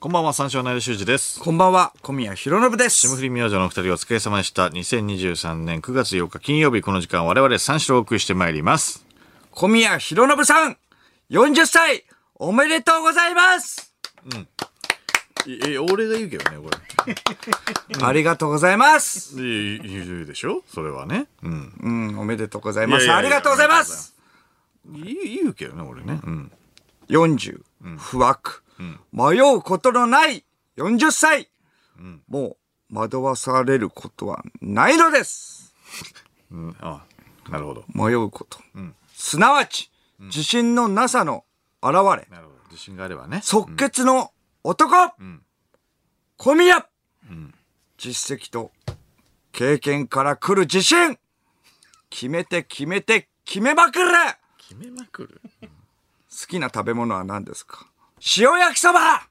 こんばんは、三四郎内田修司です。こんばんは、小宮弘信で霜降す。り明星のお二人お疲れ様でした。2023年9月8日金曜日、この時間我々三四郎をお送りしてまいります。小宮弘信さん、40歳、おめでとうございます、え、俺が言うけどね、こありがとうございます。れ。い言うでしょそれはね。うん。うん、おめでとうございまいす。やいやありがとうございます。言うけどね、俺ね。うん。 40、不惑、迷うことのない40歳、もう惑わされることはないのです。うん、ああなるほど。迷うこと。すなわち、自信のなさの現れ、なるほど。自信があればね。即決の男、小宮、実績と経験から来る自信決めて決めて決めまくる好決めまくる。きな食べ物は何ですか塩焼きそば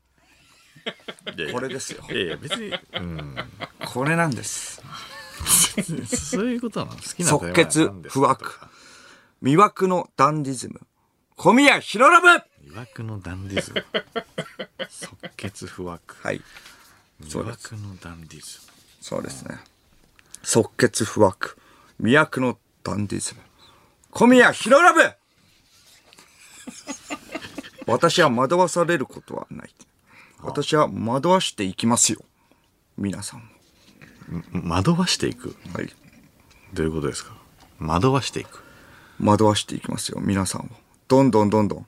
これですよいやいや、別に、 これなんです。そういうことなの。好きな即決不惑。魅惑のダンディズム。小宮弘信疑惑のダンディズム。即決不惑。はい。疑そうで惑のダンディズム。そうですね。即決不惑。魅惑のダンディズム。小宮弘信 私は惑わされることはない。私は惑わしていきますよ。皆さんも。惑わしていくはい。どういうことですか惑わしていく惑わしていきますよ。皆さんを。どんどんどんどん。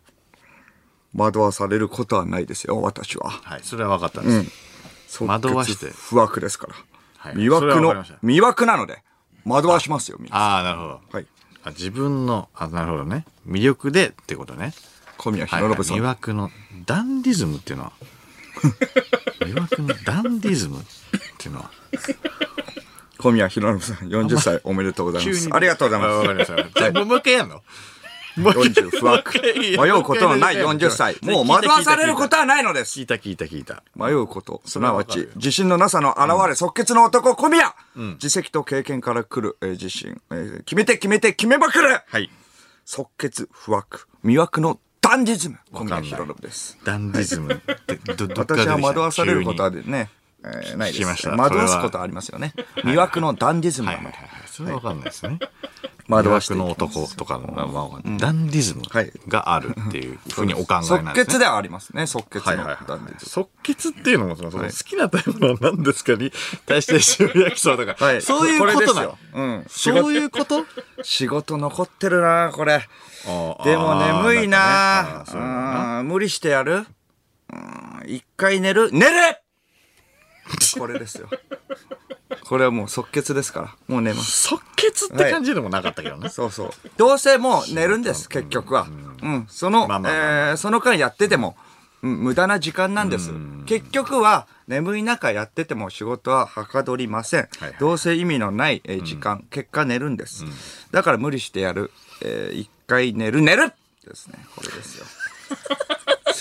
惑わされることはないですよ。私は。はいそれは分かったんです、惑わして即決不惑ですから、はい魅それはわか惑りのました魅惑なので惑わしますよみんなああなるほど、はいあ自分のあなるほどね魅力でってことね小宮はい弘信さん、魅惑のダンディズムっていう のは魅惑のダンディズムっていうのは小宮弘信さん40歳おめでとうございますありがとうございあわかまりましたじゃあもうもう一回やんのもうす40不惑迷うことのない40歳もう惑わされることははないのです聞いた聞いた聞いた迷うことすれはなわわかるよち自信のなさの現れ、即決の男小宮、自責と経験から来る、えー自信、えー決めて決めて決めまくるはい即決不惑魅惑のダンディズムか小んない宮弘信ですダンディズムってどどっから出てき私たはの惑わされることは急にね、えーない聞できすました惑わすことはありますよね魅惑のダンディズムはいはないのはいでそれはわかんないですね惑わししていきのます男とかの、まあまあわかんないダンディズムはいがあるっていうふうにお考えな即んですね。決ではありますね即決はいのはいダはンディい、ズム即決っていうのもそのその好きな食べ物は何ですか に対して塩焼きそばとか、はいそういうことなのこ、れですようんそういう こと仕事残ってるなこれあーでも眠いあーなんかねあなーそうだなうん無理してやるうん一回寝る 寝るこれですよこれはもう即決ですからもう寝ます即決って感じでもなかったけどね、そうそう。どうせもう寝るんです、結局は。うん。そのまあ、まあまあえーその間やってても、うん無駄な時間なんです。結局は、眠い中やってても仕事ははかどりません。はいはいどうせ意味のない、えー時間、結果寝るんです。だから無理してやる。えー一回寝る、寝るですね。これですよ。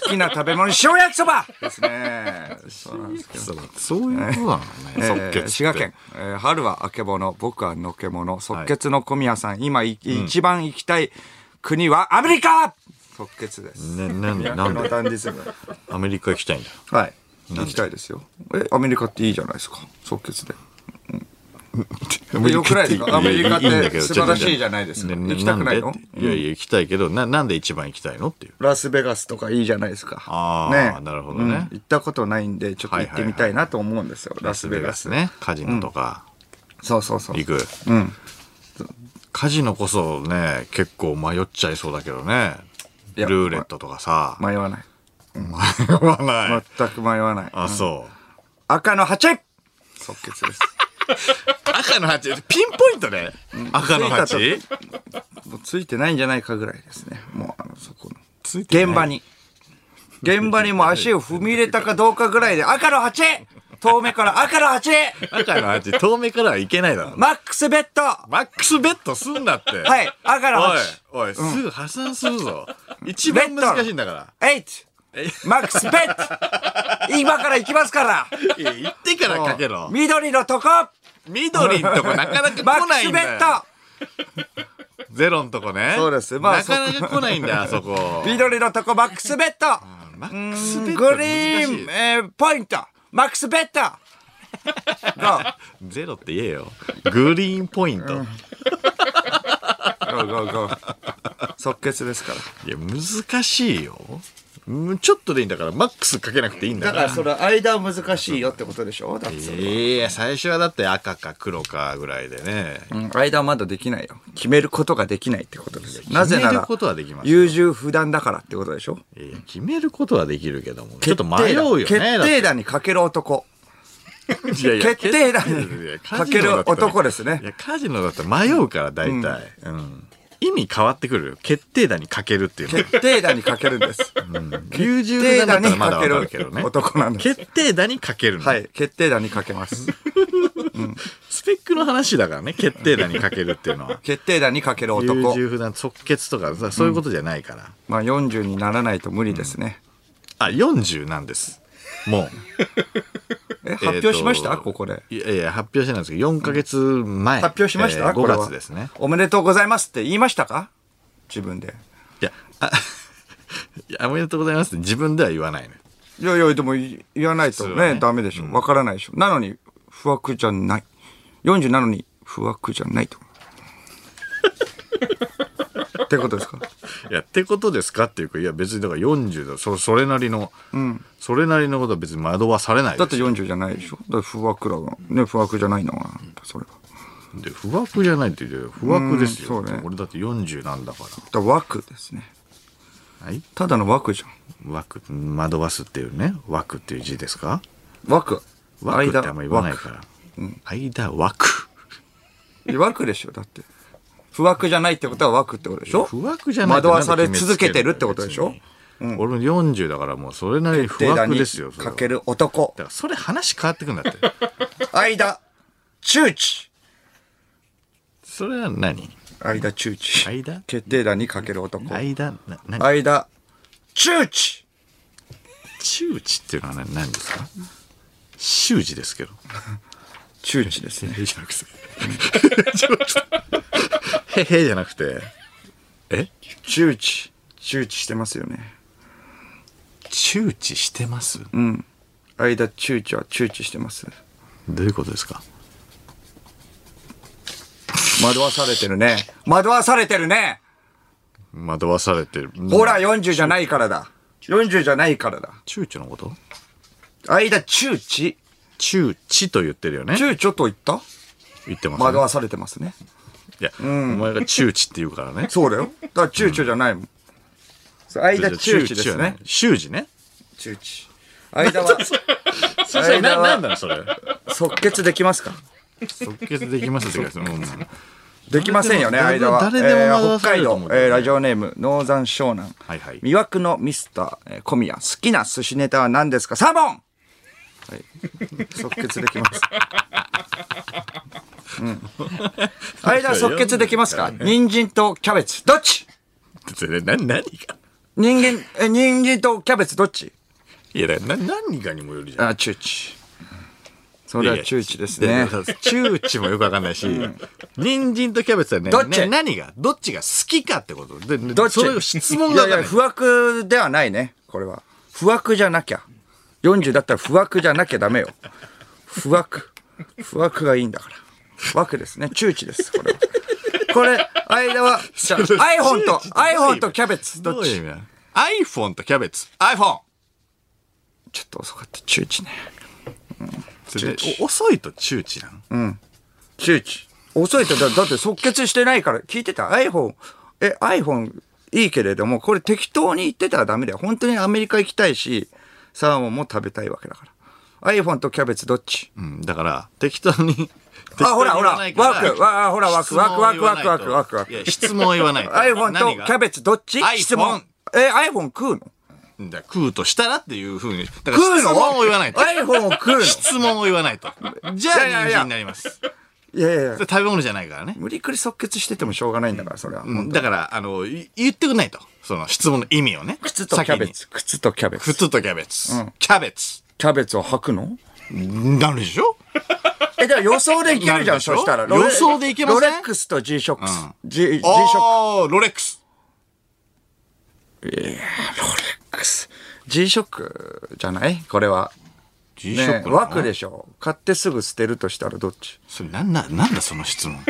好きな食べ物、塩焼きそばです ね。そうなんですけど。そうそういうことなのね、即決えっーて滋賀県、えー春はあけぼの僕はのけもの即決の小宮さん、今い一番行きたい国はアメリカ即決です、ね何なんのでダンディズムアメリカ行きたいんだはい行きたいですよえアメリカっていいじゃないですか即決でア よくないですかアメリカって素晴らしいじゃないですか行きたくないのいやいや行きたいけどななんで一番行きたいのっていうラスベガスとかいいじゃないですかあーなるほどね行ったことないんでちょっと行ってみたいなと思うんですよ、ララススベベガガススねカジノとかそうそうそう行く、んカジノこそね結構迷っちゃいそうだけどねルいやーレットとかさ 迷わない迷わない全く迷わないあそう赤の8即決です赤の8ピンポイントね赤の着い8もうついてないんじゃないかぐらいですね。もうあのそこのついてない現場に現場にもう足を踏み入れたかどうかぐらいで赤の 8! 遠目から赤の 8! 赤の8遠目からはいけないだろマックスベッドはマックスベッドすんなってい赤のおいおいすぐ破産するぞ一番難しいんだから 8!8! マックスベッド今から行きますからいや行ってからかけろ緑のとこ緑んとこなかなかマ来ックないスんベだッよドゼロのとこねそうですまあなかなか来ないんだよあそこ 緑のとこマックスベッドママックスベッドグ難リしいーン、えーポイントマックスベッ ドゴーゼロって言えよグリーンポイント、いゴーゴーゴー即決ですからや難しいようんちょっとでいいんだからマックスかけなくていいんだだかかららその間は難しいよってことでしょだってそれいや最初はだって赤か黒かぐらいでねうん間はまだできないよ決めることができないってことですよなぜな決めらることはできますよ優柔不断だからってことでしょいや決めることはできるけどもちょっと迷うよね決定だ打にかける男っていやいや決定打にいやかける男ですねいやカジノだって迷うから大体、うん意味変わってくるよ決定打にかけるっていうのは決定打にかけるんです 優決柔定不断だ打ったらにまだかわけかるけどねる男なんです決定打にかけるの、はい決定打にかけますスペックの話だからね決定打にかけるっていう のは決定打にかける優男柔不断即決とかさそういうことじゃないから、まあ40にならないと無理ですねあ40なんですも うえ発表しましえたーとここでいやいや発表してないんですけど4か月前、発表しましたえーこ5れは月ですねおめでとうございますって言いましたか自分でいやあ いやおめでとうございますって自分では言わないの、いやいや、でもい言わないと普通はね、ねダメでしょ。わからないでしょ。なのに、不惑じゃない。40なのに、不惑じゃない と。ってことですかいやってことですかっていうかいや別にだから40だそそれなりの、それなりのことは別に惑わされないだっでてす40じゃないでしょ。だから不惑だが。ね、不惑じゃないのが、それは。で不惑じゃないって言うよ不惑ですよ、うんそうね俺だって40なんだかだから枠ですね。らはいただの枠じゃん。枠惑わすっていうね枠っていう字ですか枠。枠って間あんま言わないから間枠枠枠でしょ、だって。不惑じゃないってことは枠ってことでしょ不枠じゃない惑わされ続けてるってことでしょうん、俺も40だからもうそれなりに不惑ですよ手それは段にかける男だ。からそれ話変わってくんだって 間、中知。それは何間中知間決定打にかける男間な何間中知周知っていうのは何何ですか周知ですけど中知ですねへじゃなくて ちょっとへへじゃなくてえ中知中知してますよね周知してます、うん間中知は中知してますどういうことですか惑わされてるね惑わされてるね惑わされてるほら40じゃないからだ40じゃないからだ躊躇のこと間中知躊躇と言ってるよね中知と言った言ってますね惑わされてますねいや、お前が躊躇って言うから ねそうだよだから中知じゃないもんそう間中知で躊躇すはないね周知ね中知間 はそれ間なはなんだろうそれ即決できますか即決できますってかもうはできませんよね、誰で間もは。誰でもえー惑わ北され海ると道思う、けどねえーラジオネーム、ノーザン湘南。はいはい魅惑のミスター、えー小宮。好きな寿司ネタは何ですか ?3 本はい。即決できます。うん。間即決できますか人参とキャベツ。どっち何何が人間、え、人参とキャベツどっちいやな何がにもよるじゃんあ、中知。それは中知ですいやいやね。中知もよくわかんないし、人参とキャベツはね、どっちね何が、どっちが好きかってこと。で、でどっちそれ質問がわかんいやいなやい。不惑ではないねこれは不惑じゃなきゃ40だったら不惑じゃなきゃダメよ不惑不惑がいいんだから不惑ですね中知ですこれはこれ間はじ ゃあ iPhone と iPhone とキャベツどどっういう意ち味だ ?iPhone とキャベツ。iPhone! ちょっと遅かった中知ねそれでお遅いと中知なの、中知遅いとだだって即決してないから聞いてた iPhone え iPhone いいけれどもこれ適当に言ってたらダメだよ本当にアメリカ行きたいしサーモンも食べたいわけだから iPhone とキャベツどっちうん、だから、適当に。適当あ、にほらほら、言ワわないかーらク、わあ、ほら、ワーク、ワーク、ワーク、ワーク、ワーク、ワーク、ワーいク。や、質問は言わないと。 iPhone 何とがキャベツどっち iPhone 質問。え、iPhone 食うのだから食うとしたらっていうふうに。だから食うの質問を言わないと。 ?iPhone を 食うの質問を言わないと。じゃあ、いやいやい人や参になります。いやいやいやそれ食べ物じゃないからね。無理くり即決しててもしょうがないんだから、それは。だから、あの、い言ってくんないと。その質問の意味をね。靴とキャベツ。靴とキャベツ。靴とキャベツ。キャベツ。キャベツを履くのなるでしょえ、じゃあ予想でいけなるるじゃん、でしそょしたら。ロレ予想でいけませんロレックスと G ショックス。G、G ショッあーロレックス。クス。 G-SHOCK じゃないこれは。 G ショッねクえ、なの枠でしょ。買ってすぐ捨てるとしたらどっちそれなんな、なんだその質問。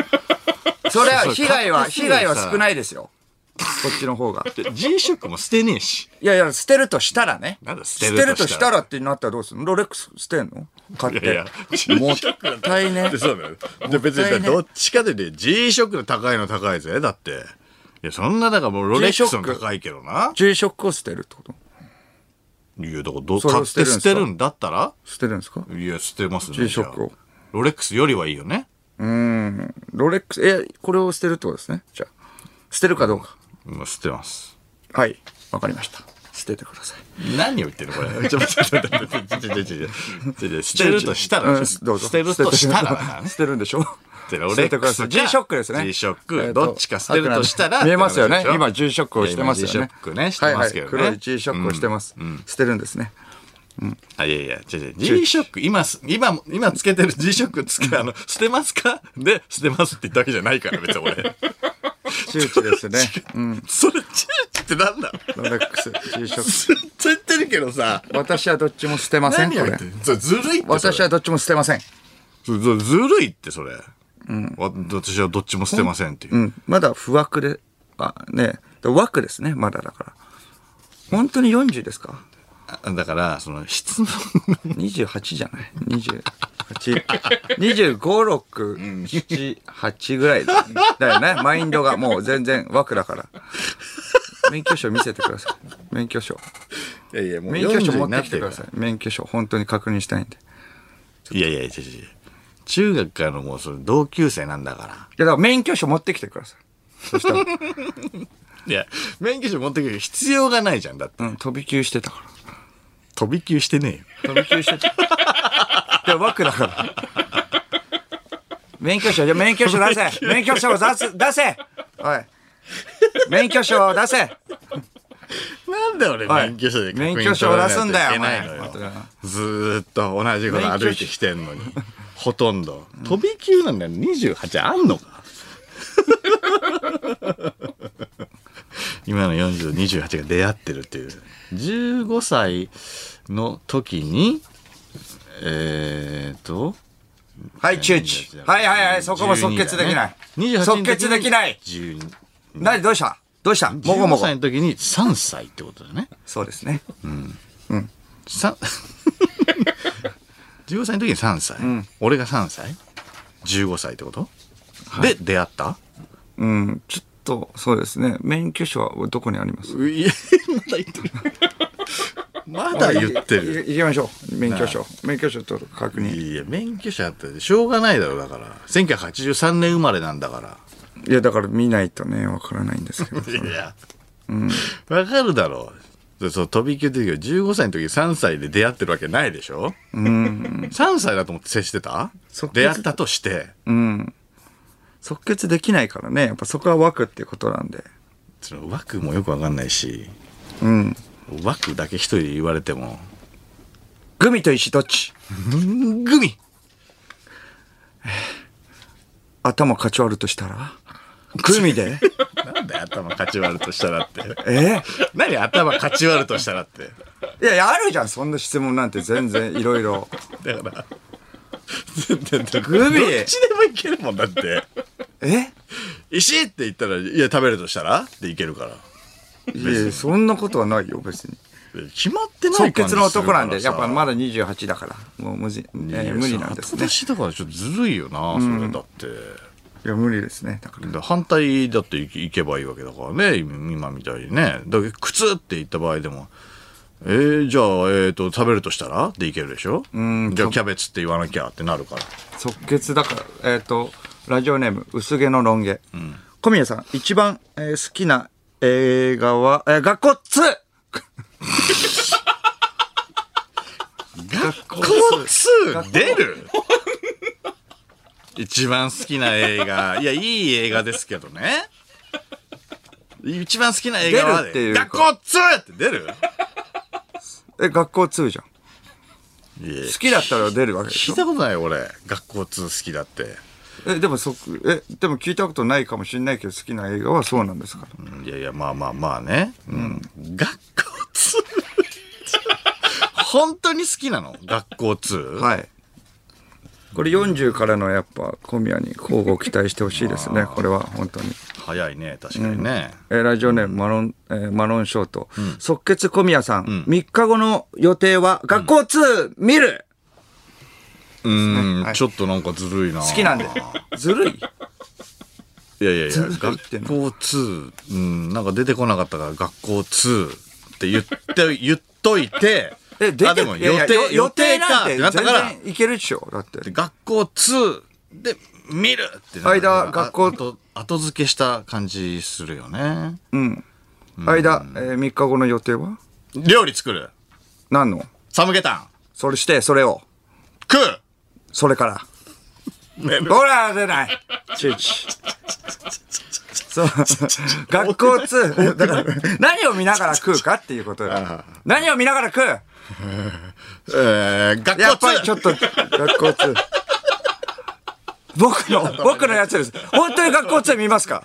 それはそう被害は、買ってす被ぐさ害は少ないですよ。こっちの方が。 G ショックも捨てねえし。いやいや、捨てるとしたらね。なんだ捨捨ててるるとしたらとしたらってなったらどうするのロレックス捨てんの買っいやいてや。もったいね。そうだよ。で、別もったいにねどっちかでね、G ショックの高いの高いぜ。だって。いや、そんな、だからもうロレックスの G-SHOCK 高いけどな。 G-SHOCK を捨てるってこといや、だからどう、それ買をっ捨ててるん捨ですかてるんだったら捨てるんですかいや、捨てますね。 G-SHOCK をじゃあロレックスよりはいいよね。ロレックス、え、これを捨てるってことですね。じゃあ。捨てるかどうか。もう捨てます。はい。わかりました。捨ててください。何を言ってるのこ れ。ちょ、ちょ、ちょ、ちょ、ちょ、ちょ、ちょ、ちょちょ、捨てるとしたらうでんしどょ、うぞ捨てるとしたらだからね捨。てるんでしょってロレックスか G ショックですね G ショッえークとどっちか捨てるとしたら見えますよねって話でしょ今 G ショックをしてますよねいや今 G ショックねしてますけどねはいはい、黒い G ショックをしてます、捨てるんですねあいやいや違う違う G ショック今す今も今つけてる G ショックつけあの捨てますかで捨てますって言ったわけじゃないから別に俺周知ですね、 うん、それチューチってなんだロレックス G ショックずっと言ってるけどさ私はどっちも捨てません何こを言れってるそれずるいってそれ私はどっちも捨てません、ずずずるいってそれ、わ私はどっちも捨てませんっていう、うん、まだ不枠であねで枠ですねまだだから本当に40ですかあだからその質問28じゃない282567ぐらいだだよねマインドがもう全然枠だから免許証見せてください免許証 いやいやも免許証持ってきてください免許証本当に確認したいんでいいいやいや違う違う違う中学からのもうそれ同級生なんだからやだから免許証持ってきてくださいそしたら、いや、免許証持ってくる必要がないじゃん。だって。うん、飛び級してたか飛び級してねら飛び級 してたいや枠だから免許証じゃあ免許証出せ免許証を出す出せおい免許証を出せえよ。なんで俺はい免許証で確認免許証取ら出なきゃすんだよいけないのよお前ずーっと同じこと歩いてきてんのに。ほとんど。飛び級なんだよ。28あんのか今の40と28が出会ってるっていう。15歳の時に、えーと、はい、中知。はいはいはい、そこも即決できない。 28即決できない。 12何、どうしたどうしたもご15もご歳。の時に3歳ってことだよね。そうですね。 さ15歳の時に3歳、俺が3歳15歳ってこと、で出会ったうん、ちょっと、そうですね。免許証はどこにありますいやまだ言ってる まだ言ってるいい行きましょう。免許証。免許証ちょっと確認。いや免許証あったらしょうがないだろだから1983年生まれなんだからいや、だから見ないとね、わからないんですけど。いや、わかるだろう。でその飛び級って言うけど15歳の時3歳で出会ってるわけないでしょ、う3歳だと思って接してた即決出会ったとして、即決できないからね、やっぱそこは枠っていうことなんで。その枠もよくわかんないしうん。枠だけ一人で言われてもグミと石どっちグミ頭かち割るとし たらグミでなんで頭かち割るとしたらってえ何頭かち割るとしたらっていやいや、あるじゃん、そんな質問なんて全然いろいろ。だから全然だからグミどっちでもいけるもんだってえ石って言ったらいや食べるとしたらっていけるからいやいやそんなことはないよ別に決まってない即感じ決するの男なんでからさやっぱまだ28だからもう無事、えー無理なんですいやその後ね出しだからちょっとずるいよな、それだっていや無理ですねだからで反対だっていけいけばいいわけだからね今今みたいにねだから靴って言った場合でもえー、じゃあ、えー、と食べるとしたらでいけるでしょじゃあキャベツって言わなきゃってなるから即決だからえっ、とラジオネーム薄毛のロン毛、小宮さん一番、えー好きな映画は、えー、学校っつ学校2出る 一番好きな映画いやいい映画ですけどね一番好きな映画は出るっていうか学校2って出るえ学校2じゃんいや好きだったら出るわけでし聞いょたことないよ俺学校2好きだってえでも即えでも聞いたことないかもしれないけど好きな映画はそうなんですからいやいやまあまあまあね、うん、学校2本当に好きなの学校通。はい。これ40からのやっぱ小宮に交互期待してほし いですね。これは本当に。早いね、確かにね。えーラジオネームマロン、えーマロンショート。即決小宮さん、3日後の予定は学校通見る、うん、はいちょっとなんかずるいな。好きなんで。ずるいいやいやいや、ずっと言ってん学の校通、うん、なんか出てこなかったから、学校通って言って、 言っといて、え、出あてでも予定、予定かなっんててなったから、全然いけるでしょ。だってで。学校通で見るってな間なんか学校あと後付けした感じするよね。間、えー、3日後の予定は料理作る。何のサムゲタン。それして、それを。食う。それから。寝る。ほら、出ない。チューチ。そう。学校通。だから、何を見ながら食うかっていうことよ。何を見ながら食うえー、や学っぱ校り通ちょっと、学校通。僕の、僕のやつです。本当に学校通見ますか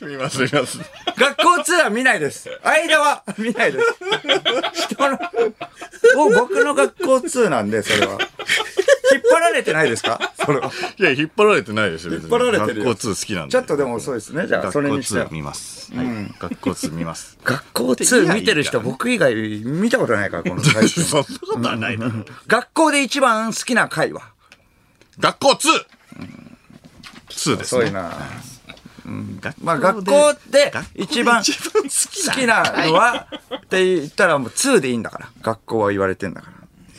見ます見ます。学校通は見ないです。間は見ないです。人の、お僕の学校通なんで、それは。引っ張られてないですかそれは。いや、引っ張られてないですよ。引っ張られてるよ学校通好きなんで。ちょっとでもそうですね。じゃあ、それ学校にして通は。見ます。はい。学校通見ます。学校通見てる人、いやいいから僕以外見たことないから、この最 近。そんなことはないだろ。学校で一番好きな回は学校通通ですそういうね。な。学まあ、学校で一番一好番好きなきなのは、って言ったらもう通でいいんだから。学校は言われてんだか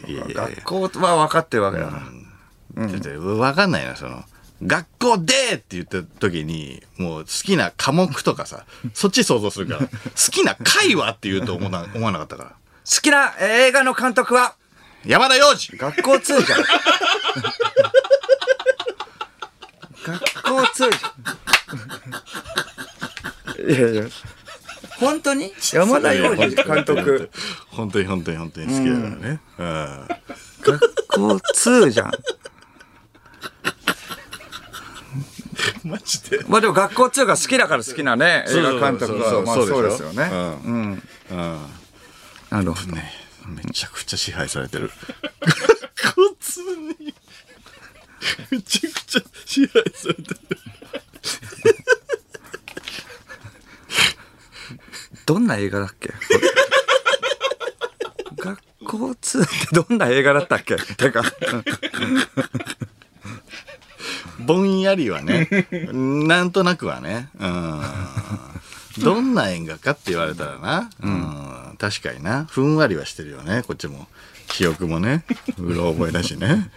ら。いやいやいや学校は分かってるわけだから。ちょっとわかんないな、その。学校でって言った時に、もう好きな科目とかさ、そっち想像するから、好きな会話って言うと思わな思わなかったから。好きな映画の監督は山田洋次学校通じゃん。学校通じゃん。いやいや。本当に山田洋次監督。。本当に本当に本当に好きだからね。うん。学校通じゃん。マジで。まあでも学校通が好きだから好きなね、映画監督は。まあそうですよね。うん。なるほど。ねめちゃくちゃ支配されてる。学校通に、めちゃくちゃ支配されてる。どんな映画だっけこ れ学校通ってどんな映画だったっけてか、ぼんやりはね、なんとなくはね、うん。どんな映画かって言われたらな、うん、確かにな、ふんわりはしてるよね、こっちも。記憶もね、うろ覚えだしね。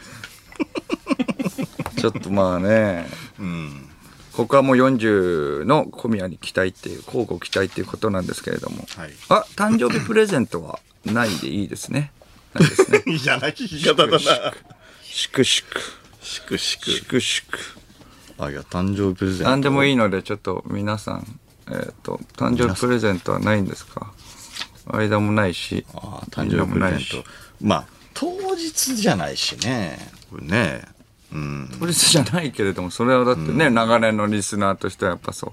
ちょっとまあね、ここはもう40の小宮に期待っていう、交互期待っていうことなんですけれども。はいあ、誕生日プレゼントはないでいいです ね。ないですね。嫌な聞き方だな。しくしく。しくしく。しくしく。あ、いや、誕生日プレゼント。何でもい。いいので、ちょっと皆さん、えっ、と、誕生日プレゼントはないんですか間もないし。あ誕生日プレゼント。まあ、当日じゃないしね。これね。うん。プレスじゃないけれども、それはだってね、長年のリスナーとしてはやっぱそ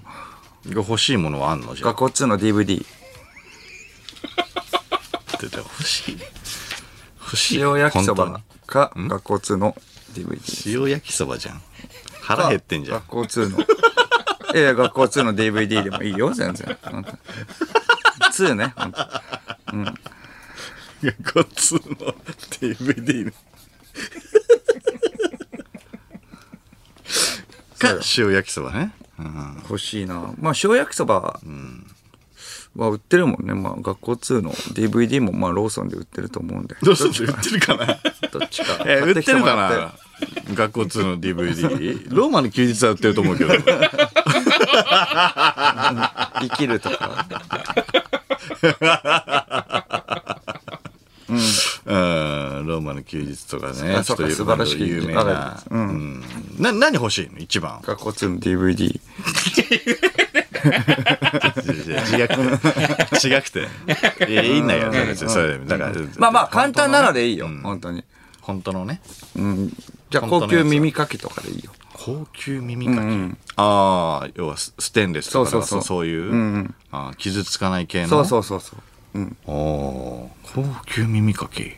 う。が欲しいものはあんのじゃあ学校2の DVD。って言ったら欲しい。欲しい。塩焼きそ本当にばか、学校2の DVD。塩焼きそばじゃん腹減ってんじゃん学校2の。いやいや、学校2の DVD でもいいよ、全然。 本当に2ね、本当こっつの DVD の か塩焼きそばね、うん、欲しいな。まあ、塩焼きそばは売ってるもんね。まあ、学校2の DVD も、まあ、ローソンで売ってると思うんで。どうする売ってるかなどっちか。え買売てっきてるもからてな学校通の DVD ローマの休日は売ってると思うけ ど生きるとか。うんローマの休日とかねあそうちかょっと素晴らしき有名な、ううん、な何欲しいの一 番学校2の DVD。違く て違くていやいいんだよ別にそれだからまあまあ、簡単なのでいいよ、本当に。本当のねじゃあ、本当のや高つ級は耳かきとかでいいよ。高級耳かき、ああ要はスステンレスとかそうだそうかそらそうういう、あー傷つかない系のそうそうそうそう。ああ高級耳かき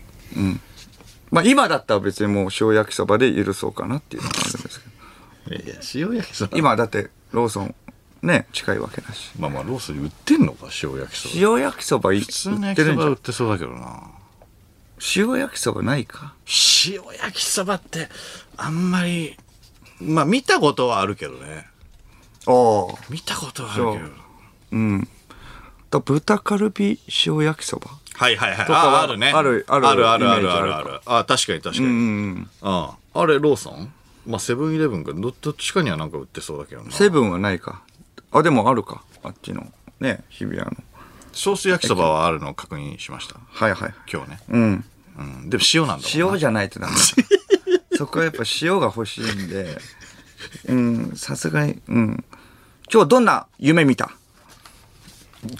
まあ今だったら別にもう塩焼きそばで許そうかなっていうのがあるんですけど。いや塩焼きそば今だってローソンね、近いわけだし。まあまあロースに売ってんのか塩焼きそば塩焼きそばい売っ普通の焼てきそるんじゃばん売ってそうだけどな塩焼きそばないか。塩焼きそばってあんまりまあ見たことはあるけどねああ。見たことはあるけどそうと豚カルビ塩焼きそばはいはいはいかはああるねあるあるあるあるあイメるーあジあるるあるあ確かに確かに、んあああれローソンまあセブンイレブンかどどっちかにはなんか売ってそうだけどなセブンはないかあでもあるかあっちのね日比谷のソース焼きそばはあるのを確認しましたはいはい今日ね、うんうん、でも塩なんだもん塩じゃないとダ メだそこはやっぱ塩が欲しいん でうんさすがにうん今日どんな夢見た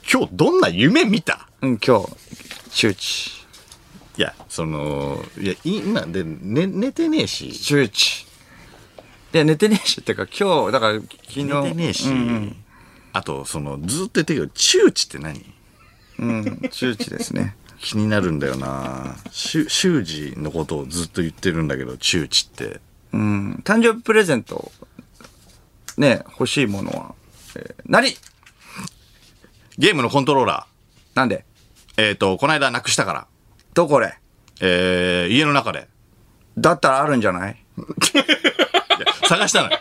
今日どんな夢見たうん今日周知いやそのいやい今で、ね、寝てねえし周知で寝てねえしっていうか今日だから昨日寝てねえし、うんあとそのずっと言ってるけど中知って何うん周知ですね気になるんだよなしゅ修士のことをずっと言ってるんだけど中知ってうん誕生日プレゼントね欲しいものは、えー何ゲームのコントローラなんでーえっ、とこの間なくしたからどこでえー、家の中でだったらあるんじゃない探したのよ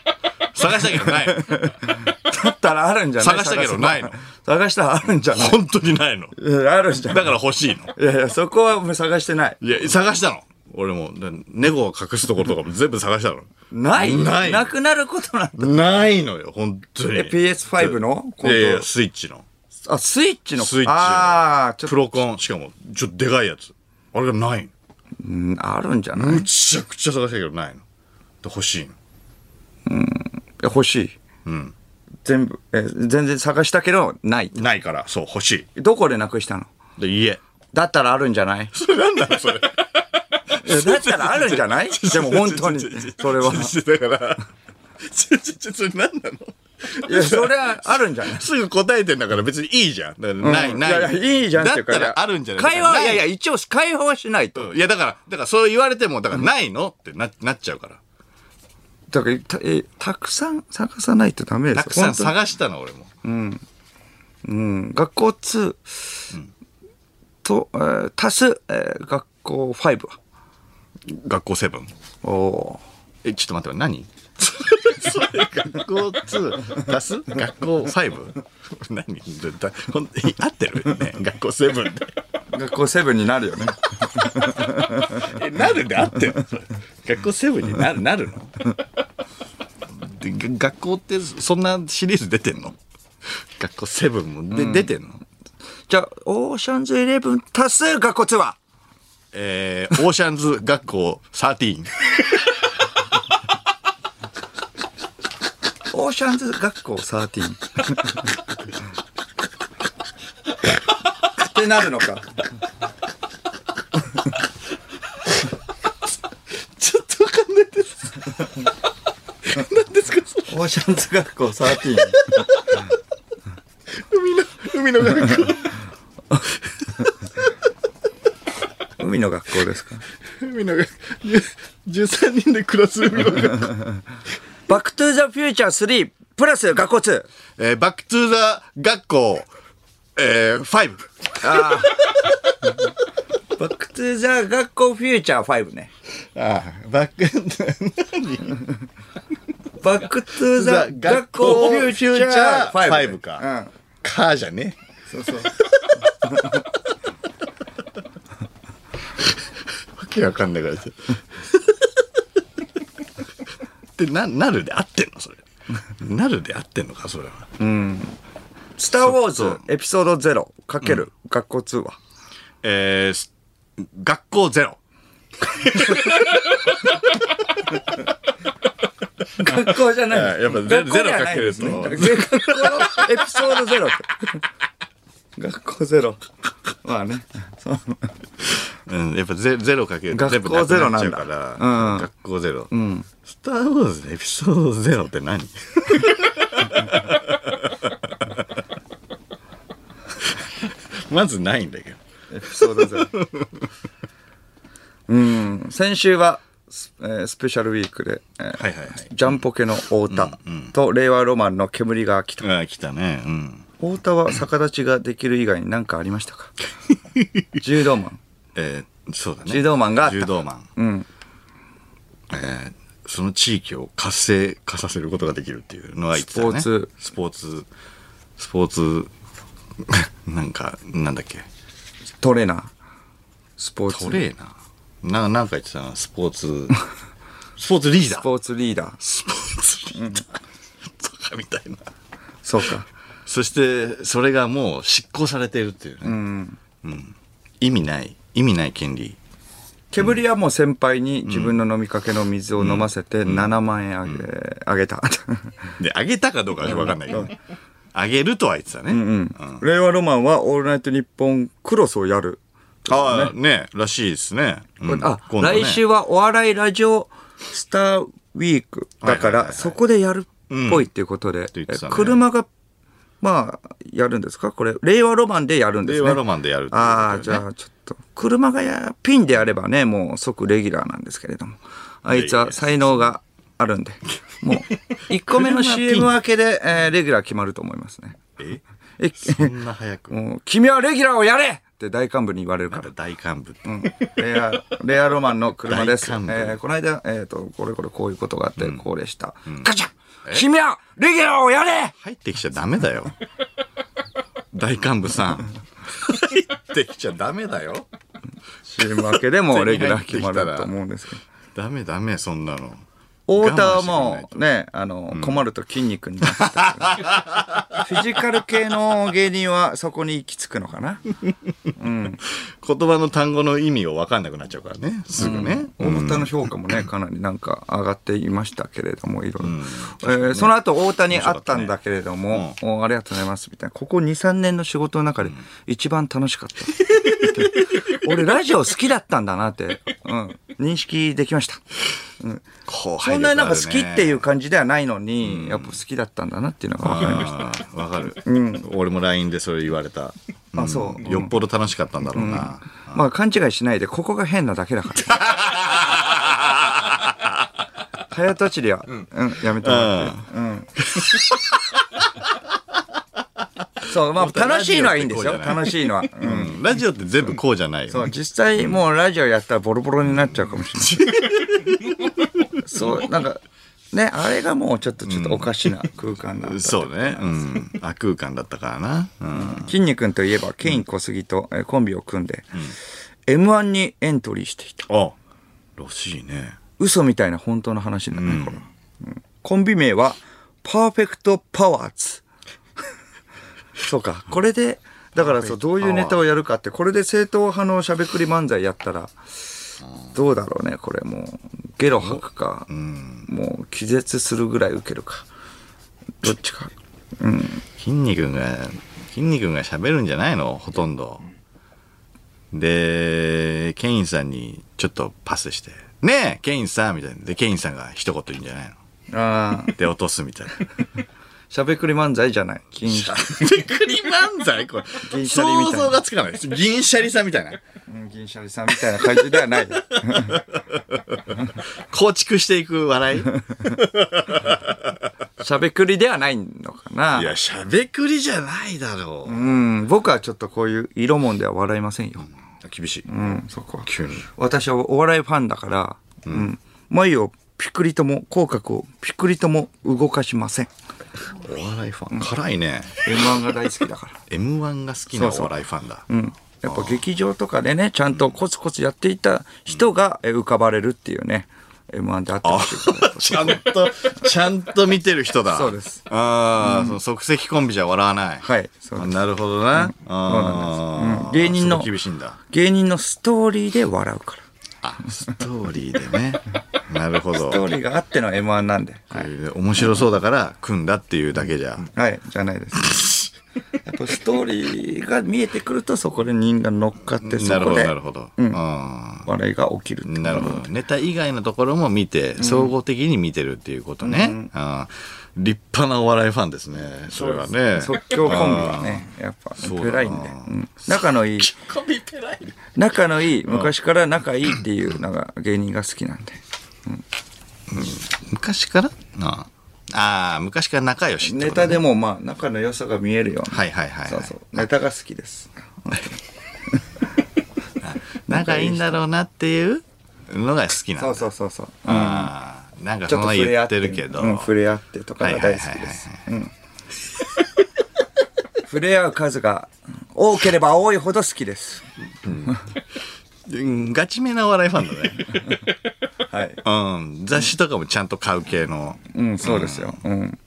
探したけどないのだったらあるんじゃな い探したけどせばないの探したらあるんじゃない本当にないのうんあるんじゃなだいから欲しいのいやいや、そこはもう探してない。いや探したの俺もで猫を隠すところとかも全部探したのないないなくなることなんだ。ないのよ本当にえ PS5 のいやいやスイッチのあ、スイッチの。スイッチのああ、ちょっプと、ロコンしかもちょっとでかいやつあれがないのうんあるんじゃないいむちゃくちゃ探したけどないので欲しいのや欲しい。ん全部、え、全然探したけど、ない。ないからそう欲しどこでなくしたのいで家だったらあるんじゃな いそれなんだろそれいやだったらあるんじ ゃないでも本当に、それは。だからちょちょちょそれ何なのいや、それはあるんじゃないすぐ答えてんだから別にいいじゃん。だからない、ない。ややいいじゃんっだていっうかたらあるんじゃない会話は、いやいやや、一応会話はしないと。いや、だから、だからそう言われても、だからないのってななっちゃうから。だから、たえたくさん探さないとダメですよたくさん本当に探したの、俺も。うん学校2、と、えー足す、えー学校5は。学校セブン。おおえ、ちょっと待って、何 それ学校2足す学校 5? 何だほん合ってるね学校セブンで。ー。学校7になるよね。え、なるで合ってるのそれ学校セブンになるなるのでが学校ってそんなシリーズ出てんの学校セブンもで、出てんのじゃあ、オーシャンズイレブン足す学校2は。えー、オーシャンズ学校13。オーシャンズ学校13。ってなるのか。ちょっとわかんないです。何ですかそれオーシャンズ学校13。海の学校。海の学校ですか。海の学校。13人で暮らす海の学校。バックトゥーザフューチャー3プラス学校2。えー、バックトゥーザ学校、えー、5。ああ。バックトゥーザ学校フューチャー5ね。ああ、バック、バックトゥーザザ学校フューチャーファイブ5。か。カーじゃねうん。そうそう。わけわかんないからさ。で、な、なるで合ってんのそれ。なるで合ってんのかそれは。スターウォーそズうエピソード0かける学校2は。えーす、学校ゼロ。学校じゃないい。やっぱゼ学校ゼじゃないロかけると学校のエピソード0って。学校ゼロ。まあね。そううん、やっぱゼゼロかけると学校ゼロな全んだ部くっちゃうから、うん学校ゼロ、スター・ウォーズのエピソードゼロって 何まずないんだけど。エピソード0うん先週はス,、えースペシャルウィークで、えーはいはいはいジャンポケの太田と令和ロマンの煙が来た、ああ、来たね。うん。太田は逆立ちができる以外に何かありました か柔道マンえーそうだね。柔道マンがあった柔道マン。えーその地域を活性化させることができるっていうのは言ってたよね。スポーツ。スポーツ、スポーツ、 なんか、なんだっけ。トレーナースポーツトレーナーななんか言ってたな、スポー ツ、スポーツリーダスー。ポーツリーダースポーツリーダー。とかみたいな。そうかそして、それがもう執行されているっていうね。うん意味ない、意味ない権利。煙はもう先輩に自分の飲みかけの水を飲ませて7万円あげ,、あげたで、あげたかどうかはわかんないけどね。あげるとは言ってたね。令和ロマンは「オールナイトニッポンクロス」をやるああ、ね、らしいですね。うんあ、今度ね来週はお笑いラジオスターウィークだかはいはいはいはらいそこでやるっぽいっていうことで、言ってたね車がまあやるんですかこれ令和ロマンでやるんですね令和ロマンでやるっていうことだよねああじゃあちょっと車がやピンでやればねもう即レギュラーなんですけれどもあいつは才能があるんでもう1 個目の車ピン CM 明けで、えーレギュラー決まると思いますねええそんな早く。もう君はレギュラーをやれって大幹部に言われるから大幹部って。レア、レアロマンの車です。え大感動ーこの間、えっ、と、これこれこういうことがあって、こうでした。ガチャ君は、レギュラーをやれ入ってきちゃダメだよ。大幹部さん。入ってきちゃダメだよ。 !CM 明けでもレギュラー決ま手に入ってきたるらと思うんです けど。ダメダメ、そんなの。太田は我慢してくれないもとうね、あの、困ると筋肉になってた から。フィジカル系の芸人はそこに行き着くのかな。言葉の単語の意味を分かんなくなっちゃうからね。すぐね。太田の評価もね、かなりなんか上がっていましたけれども、いろいろ。えーその後、太田に会ったんだけれども、おありがとうございます、みたいな。ここ2、3年の仕事の中で一番楽しかった。 俺、ラジオ好きだったんだなって、うん、認識できました。後輩そん力あるねななんか好きっていう感じではないのに、やっぱ好きだったんだなっていうのが分かりました。あーわかる。俺も LINE でそれ言われた。あそうよっぽど楽しかったんだろうな。まあ、勘違いしないで、ここが変なだけだ から。早とちりは、うん、やめてもらって。 そう、まあ、楽しいのはいいんですよ。本当に楽しい のは。う。うんんラジオって全部こうじゃないよそね。う、実際もうラジオやったらボロボロになっちゃうかもしれない。そう、なんか、ね、あれがもうちょっと、ちょっとおかしな空間なんだ。そうね。うん。悪空間だったからな。うん。筋肉君といえば、ケイン小杉とえーコンビを組んで、M1 にエントリーしていた。あ、らしいね。嘘みたいな本当の話だね、これは、うんコンビ名は、パーフェクトパワーズ。 そうか、これで、だからそう、どういうネタをやるかって、これで正統派のしゃべくり漫才やったら、どうだろうね、これもう、ゲロ吐くか、もう気絶するぐらい受けるか、どっちか。筋肉が、筋肉が喋るんじゃないのほとんど。で、ケインさんにちょっとパスして、ねえ、ケインさんみたいな。で、ケインさんが一言言うんじゃないのあ あ、で、落とすみたい な。しゃべくり漫才じゃない。金シャ手繰り漫才これ。銀シャリみたいな想像がつかないです。銀シャリさんみたいな。うん銀シャリさんみたいな感じでは ない。構築していく笑い。しゃべくりではないのかな。いや、しゃべくりじゃないだろう。うん、僕はちょっとこういう色もんでは笑いませんよ。厳しい。うん、そこは。急に。私はお笑いファンだから、うん。眉をピクリとも、口角をピクリとも動かしません。お笑いファン。辛いね。 M1 が大好きだから。 M1 が好きなお笑いファンだ。 うん。やっぱ劇場とかでね、ちゃんとコツコツやっていた人がえ浮かばれるっていうね、M1 であってほしいかなと。ちゃんと、ちゃんと見てる人だ。そうです。ああ、その即席コンビじゃ笑わない。はいそうですあなるほどな。そうなんですあうんあ芸人のそこ厳しいんだ。芸人のストーリーで笑うから。あ、ストーリーで ね。なるほど。ストーリーがあっての M1 なんで。えー面白そうだから組んだっていうだけじゃ。はい、じゃないです。 やっぱストーリーが見えてくるとそこで人が乗っかってそなるほこどでなるほど、うんあ笑いが起きるってーなるほどネタ以外のところも見て総合的に見てるっていうことね、あー立派なお笑いファンですねそれはね即興コンビはねやっぱうだなペラインで、うん仲のいいコンビペライ仲のいい昔から仲いいっていうのが芸人が好きなんで昔からあーあー昔から仲良しってネことタでもまあ仲の良さが見えるようなはいはいはいはいそうそうネタが好きです仲いいんだろうなっていうのが好きなんだそうそうそうそうあーなんかちそょっとの触れ言合っっててるけど、うん、触れ合ってとかが大好きですうん 触れ合う数が多ければ多いほど好きですうんガチめなお笑いファンだねはいうん、雑誌とかもちゃんと買う系の。うんそうですよ、うん、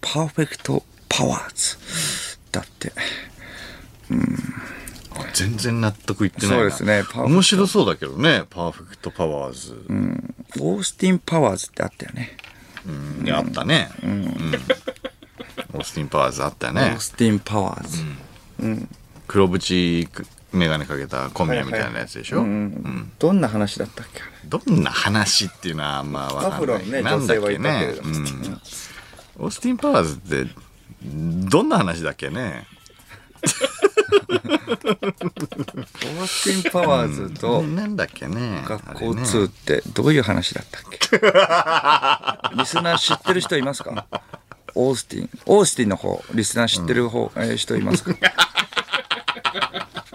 パーフェクトパワーズだって全然納得いってないな。そうですねパーフェクト面白そうだけどね、パーフェクトパワーズ。オースティン・パワーズってあったよねうんあったね、うんオースティン・パワーズあったオねー。スティン・パワーズ、黒縁メガネかけた小宮みたいなやつでしょ、どんな話だったっけあれどんな話っていうのはあんまわかんない。アフロのねなんだっけ女性はいねたけれどもうんオースティン・パワーズって、どんな話だっけねオースティン・パワーズとなんだっけね学あ校れね通ってどういう話だったっけリスナー知ってる人いますかオースティンオースティンの方リスナー知ってる方、えー人いますか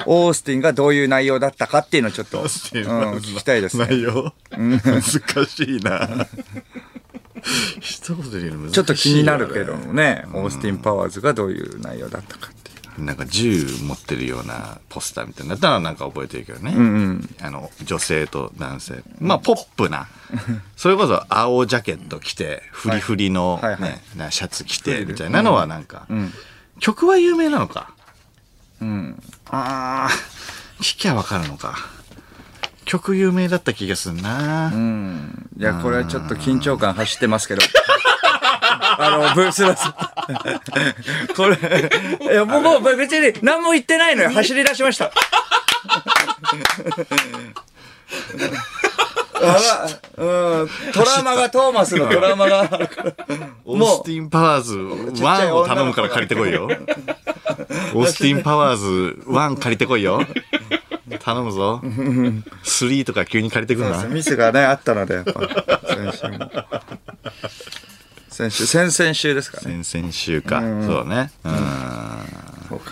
オースティンがどういう内容だったかっていうのをちょっと、うん、聞きたいですね内容難しいな。 一言で言うの難しいよね。ちょっと気になるけどもね、オースティン・パワーズがどういう内容だったかっていう。なんか銃持ってるようなポスターみたいなのだったらなんか覚えてるけどね。あの、女性と男性。まあ、ポップな。それこそ青ジャケット着て、フリフリの、ねはいはいなシャツ着てみたいなのはなんか、曲は有名なのか。ああ、聞きゃわかるのか。曲有名だった気がするな。うん。いや、これはちょっと緊張感走ってます けど。あの、ブースの、 これ、いや、僕、僕別に何も言ってないのよ。走り出しま した。あらうん、トラウマがトーマスのトラウマがあるからオースもティン・パワーズ1を頼むから借りてこいよ。オースティン・パワーズ1借りてこいよ。頼むぞ。3とか急に借りてくんなう。ミスがねあったのでやっぱ先週も先週先々週ですかね先々週か。そうだね。うんそうか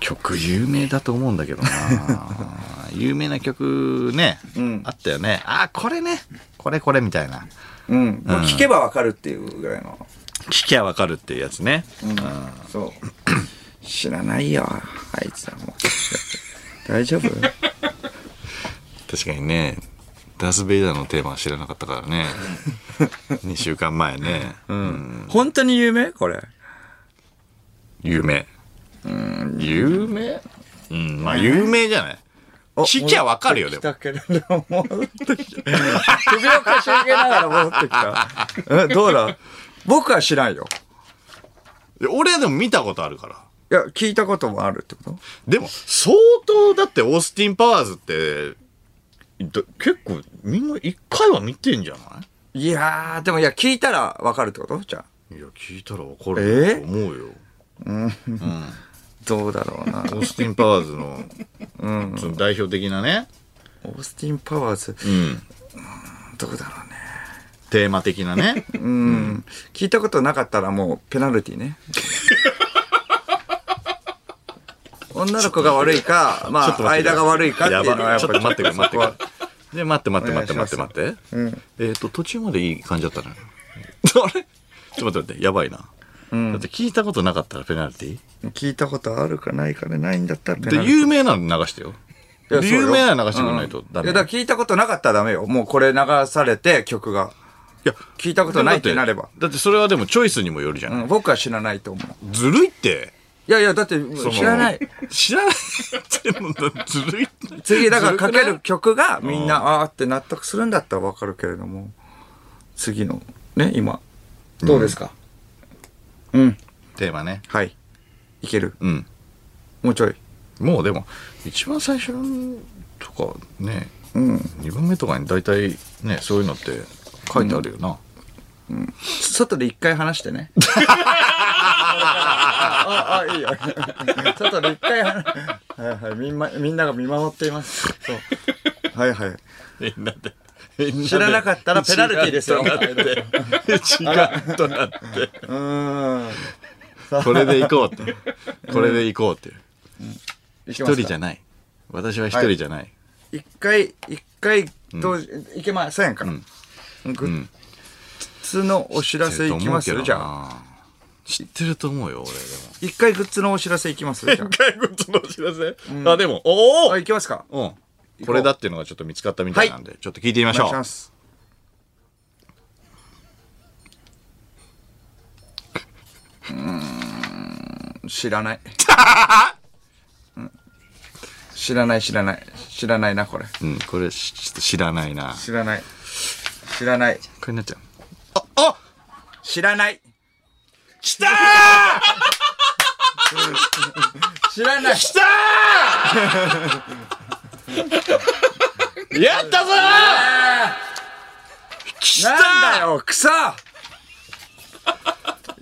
曲有名だと思うんだけどな。有名な 曲ね、あったよね。あ、これね。これこれみたいな。うん、もう聞けばわかるっていうぐらいの、聞きゃわかるっていうやつね。そう知らないよあいつらも大丈夫確かにねダース・ベイダーのテーマは知らなかったからね2週間前ね、本当に有名これ有名有名うんまあ有名じゃない聞きゃわかるよで来もたけれど戻ってきた首をかしげながら戻ってきたえどうだ僕は知らんよ俺でも見たことあるからいや聞いたこともあるってことでも相当だってオースティン・パワーズってど結構みんな1回は見てんじゃないやーでもいや聞いたらわかるってことじゃあいいや聞いたらわかると思うよ、どうだろうなオースティン・パワーズの,、その代表的なね、オースティン・パワーズうん、どうだろうねテーマ的な ねうん聞いたことなかったらもうペナルティ ね女の子が悪いかまあ間が悪いかっていうのはやっちぱょっと待ってくれ、待ってくそこれ。で、待って待って待って待って待って。えっと、途中までいい感じだった ね。あれちょっと待って待って、やばいな。だって聞いたことなかったらペナルティは聞いたことあるかないかでないんだったらペナで、ルティ有名なの流してよ。いやそうよ有名なの流してくれないとダいメ。やだから聞いたことなかったらダメよもうこれ流されて曲がいや聞いたことないってなればだってだってそれはでもチョイスにもよるじゃ。うんん僕は知らないと思うずるいって。いやいやだってその知らない。知らないってのだずるいって。次だからかけずるく曲がみんなああーって納得するんだったらわかるけれども次のね今どうですかうん、ない。テーマね。はいいけるうん。もうちょいもうでも、一番最初とかね、二2番目とかに大体ね、そういうのって書いてあるよな。外で一回話してね。ああ、いいよ。外で一回話はいはい、みんな、みんなが見守っています。そう。はいはい。 みんなで。みんなで知らなかったらペナルティーですよ違うとなって。違うとなって。うーん。これで行こうって。これで行こう って。一一人じゃない。私は一人じゃない。一回、一回、当時、いけませんか、グッズのお知らせいきます知ってると思うけどなじゃあ。知ってると思うよ、俺で一回グッズのお知らせいきますじゃあ。も。骸骨のお知らせ、あ、でも、おあ、いきますかうん。これだっていうのがちょっと見つかったみたいなんで、ちょっと聞いてみまおしょ願いうし。ます。うーん、知らない。うん知らない知らない。知らないな、これ。うん、これしちょっと知らないな。知らない。知らない。これになっちゃう。知らない。きた知らない。きたーやったぞーきたーなんだよ、くそ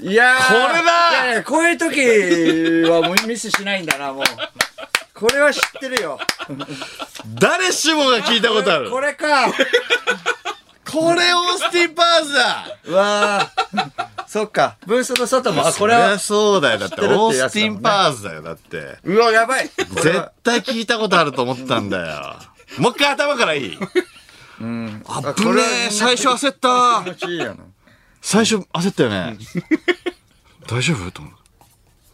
いやーこれだいやいやこういう時はもうミスしないんだな、もう。これは知ってるよ。誰しもが聞いたことあるこれか。これオースティン・パーズだうわーそっか。ブースの外も、あ、ここれれはは。そうだよ。だって知ってるっオてーやスつテだィもんねン・パーズだよ。だって。うわ、やばい。これ絶は対聞いたことあると思ったんだよ。もう一回頭からいい。あっぶねこれはみんえ。な最初焦った気。持ちいいよな。最初焦ったよね。大丈夫と思う。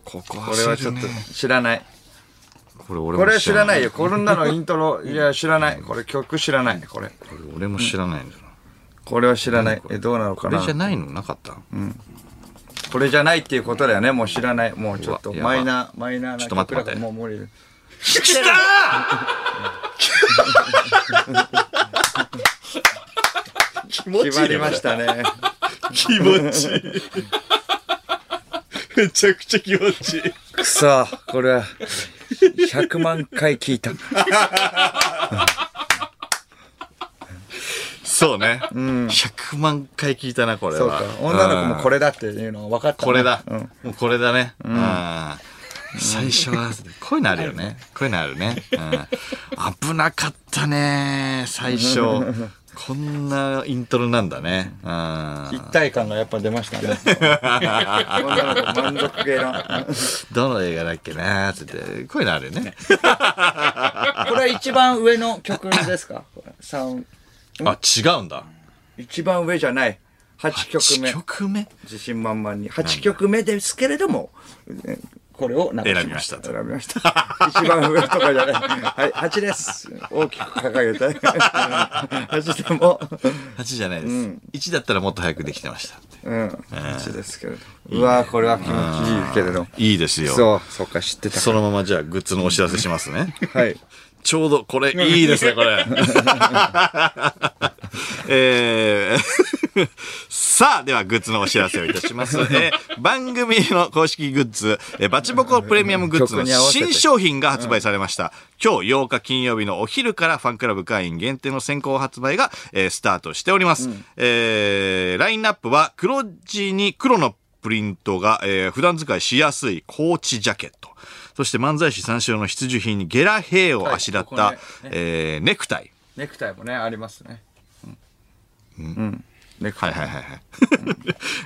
こここれ焦はちょるっねと知らない。これ俺これもは知らないよ。よ。こんなのイントロ、いや、知らない。これ曲知らない。これ。これ俺も知らないんだよな。これは知らない。え、どうなのこかなれじゃないのなかったこれじゃないっていうことだよね。もう知らない。もうちょっとうわやばマいイナー、マイナーなちょっと待って待って曲だからもう無理。きたー気持 決まりましたね。気持ちいい。めちゃくちゃ気持ちいい。くそ、これは、100万回聞いた。そうね。100万回聞いたな、これは。そうか。女の子もこれ。れだっていうの分かったな。これだ。うん。もうこれだね。うん最初は、こういうのあるよね。こういうのあるね。うん危なかったね、最初。こんなイントロなんだね。うん一体感がやっぱ出 ましたね。女の子満足系の。どの映画だっけなつって。こういうのあるよね。これは一番上の曲ですかこれサウンあ、違うんだ。一番上じゃない。8曲目8。曲目自信満々に。8曲目ですけれども、えこれを流選びました選びました。一番上とかじゃない。はい、8です。大きく掲 げて。8でも、 8じゃないです。1だったらもっと早くできてましたって。うん、8ですけれども。うわーこれは気持ちいいけれども。いいですよ。そう、そうか、知ってた。そのままじゃあグッズのお知らせしますね。 はい。ちょうどこれいいですね、これ。えー さあ、ではグッズのお知らせをいたします。えー番組の公式グッズ、えーバチボコプレミアムグッズの新商品が発売されました。今日8日金曜日のお昼からファンクラブ会員限定の先行発売が、えースタートしております。えーラインナップは黒地に黒のプリントが、えー普段使いしやすいコーチジャケット。そして漫才師三四郎の必需品にゲラヘイをあしらった、はいここえーネクタイ。ネクタイもね、ありますね。うん。ネクはタい はいイ。はいはい。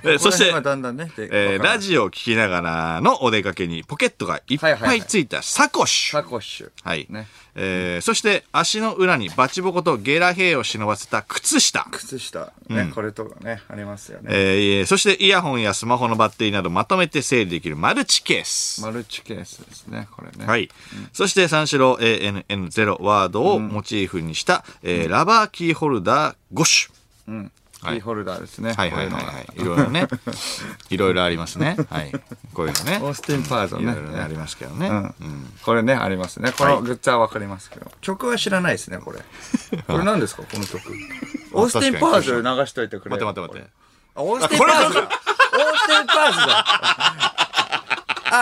えーそしこての辺は、だんだんね、でえーわからないラジオを聞きながらのお出かけにポケットがいっはいはいぱはいいついたサコッシュ。サコッシュ。はい。ねえーそして足の裏にバチボコとゲラヘイを忍ばせた靴下。靴下、ね、これとかね、ありますよね。えーそしてイヤホンやスマホのバッテリーなどまとめて整理できるマルチケース。マルチケースですね、これね。はい。そして三四郎 ANN0 ワードをモチーフにした、えーラバーキーホルダー5種。キーホルダーですね。はいはいはいこううのはい。いろいろね。いろいろありますね。はい。こういうのねオ。ースティン・パーズいねろいろねありますけどね。うんこれね、ありますね。このグッズはわかりますけど。曲は知らないですね、これ。これ何ですか、この曲。オースティン・パーズ流しといてくれ。待って待って待って。あ、オースティン・パーズだオースティン・パーズだ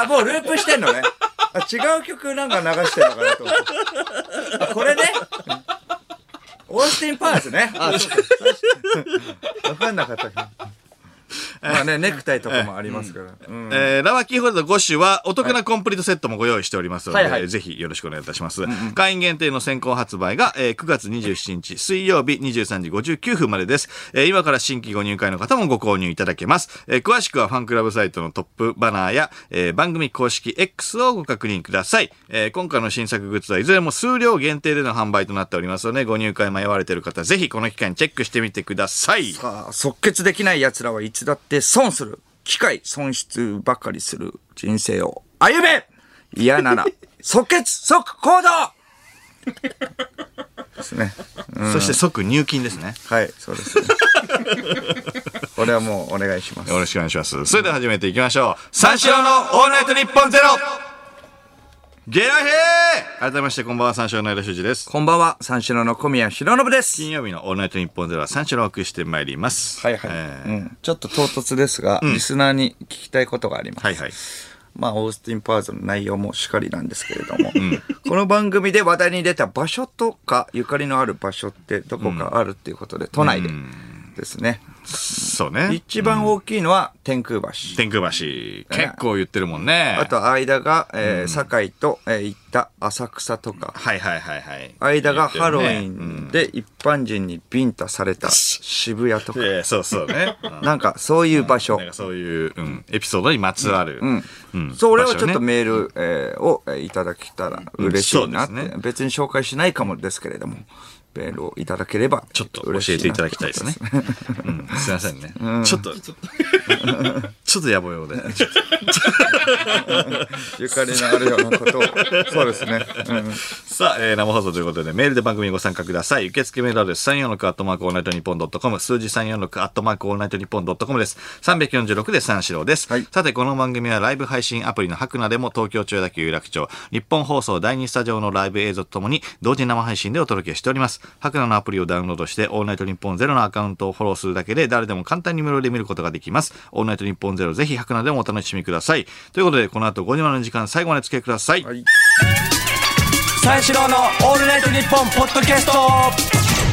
あ、もうループしてんのね。あ違う曲なんか流してんのかなと思って。あ、これね。オースティン・パーズね。あ、そうか。わかんなかったけど。まあね、ネクタイとかもありますから。うんえーラワーキーホルダー5種はお得なコンプリートセットもご用意しておりますので、はいはいぜひよろしくお願いいたします。会員限定の先行発売が、えー9月27日水曜日23時59分までです。えー今から新規ご入会の方もご購入いただけます。えー詳しくはファンクラブサイトのトップバナーや、えー番組公式 X をご確認ください、えー今回の新作グッズはいずれも数量限定での販売となっておりますので、ご入会迷われている方、ぜひこの機会にチェックしてみてください。さあ即決できない奴らはいつだって損する機会損失ばかりする人生を歩め嫌なら即決即行動ですねそして即入金ですね。はいそうですねこれはもうお願いしますよろしくお願いします。それでは始めていきましょう。三四郎のオールナイトニッポンゼロゲラヘー改めましてこんばんは、三四郎の江田修司です。こんばんは三四郎の小宮浩信です金曜日のオールナイトニッポンゼロは三四郎をお送りしてまいります。えーうん、ちょっと唐突ですが、リスナーに聞きたいことがあります、はいはい。まあ、オースティン・パワーズの内容もしかりなんですけれども、この番組で話題に出た場所とか、ゆかりのある場所ってどこかあるっていうことで、都内でですね。そうね。一番大きいのは天空橋。天空橋、結構言ってるもんね。あ、と、間が、えー堺と、えー行った浅草とか、はいはいはいはい。間がハロウィ言ってるねンで一般人にビンタされた渋谷とかうん、えーそうそう ね。うんなんかそういう場所なん。かそういう、うん、エピソードにまつわる。うん。うんそれをちょっ場所とねメール、えーをえーいただけたら嬉しいなって、うんそうですね別に紹介しないかもですけれども、メールをいただければちょっと教えていただきたいですね。うん、すいませんね。ちょ っと、ちょっとやぼようで。嬉しいなって。ゆかりのあるよう なことを。そうですね。うんさあ、えー生放送ということで、メールで番組にご参加ください。受付メールアドレス346アットマークオールナイトニッポンドットコム、数字346アットマークオールナイトニッポンドットコムです。346で三四郎です。はいさて、この番組はライブ配信アプリの白菜でも東京千代田区有楽町、日本放送第2スタジオのライブ映像とともに、同時生配信でお届けしております。白菜のアプリをダウンロードして、オールナイトニッポンゼロのアカウントをフォローするだけで、誰でも簡単に無料で見ることができます。オールナイトニッポンゼロ、ぜひ白菜でもお楽しみください。ということで、この後5時までの時間、最後までお付き合いください三四郎のオールナイトニッポンポッドキャスト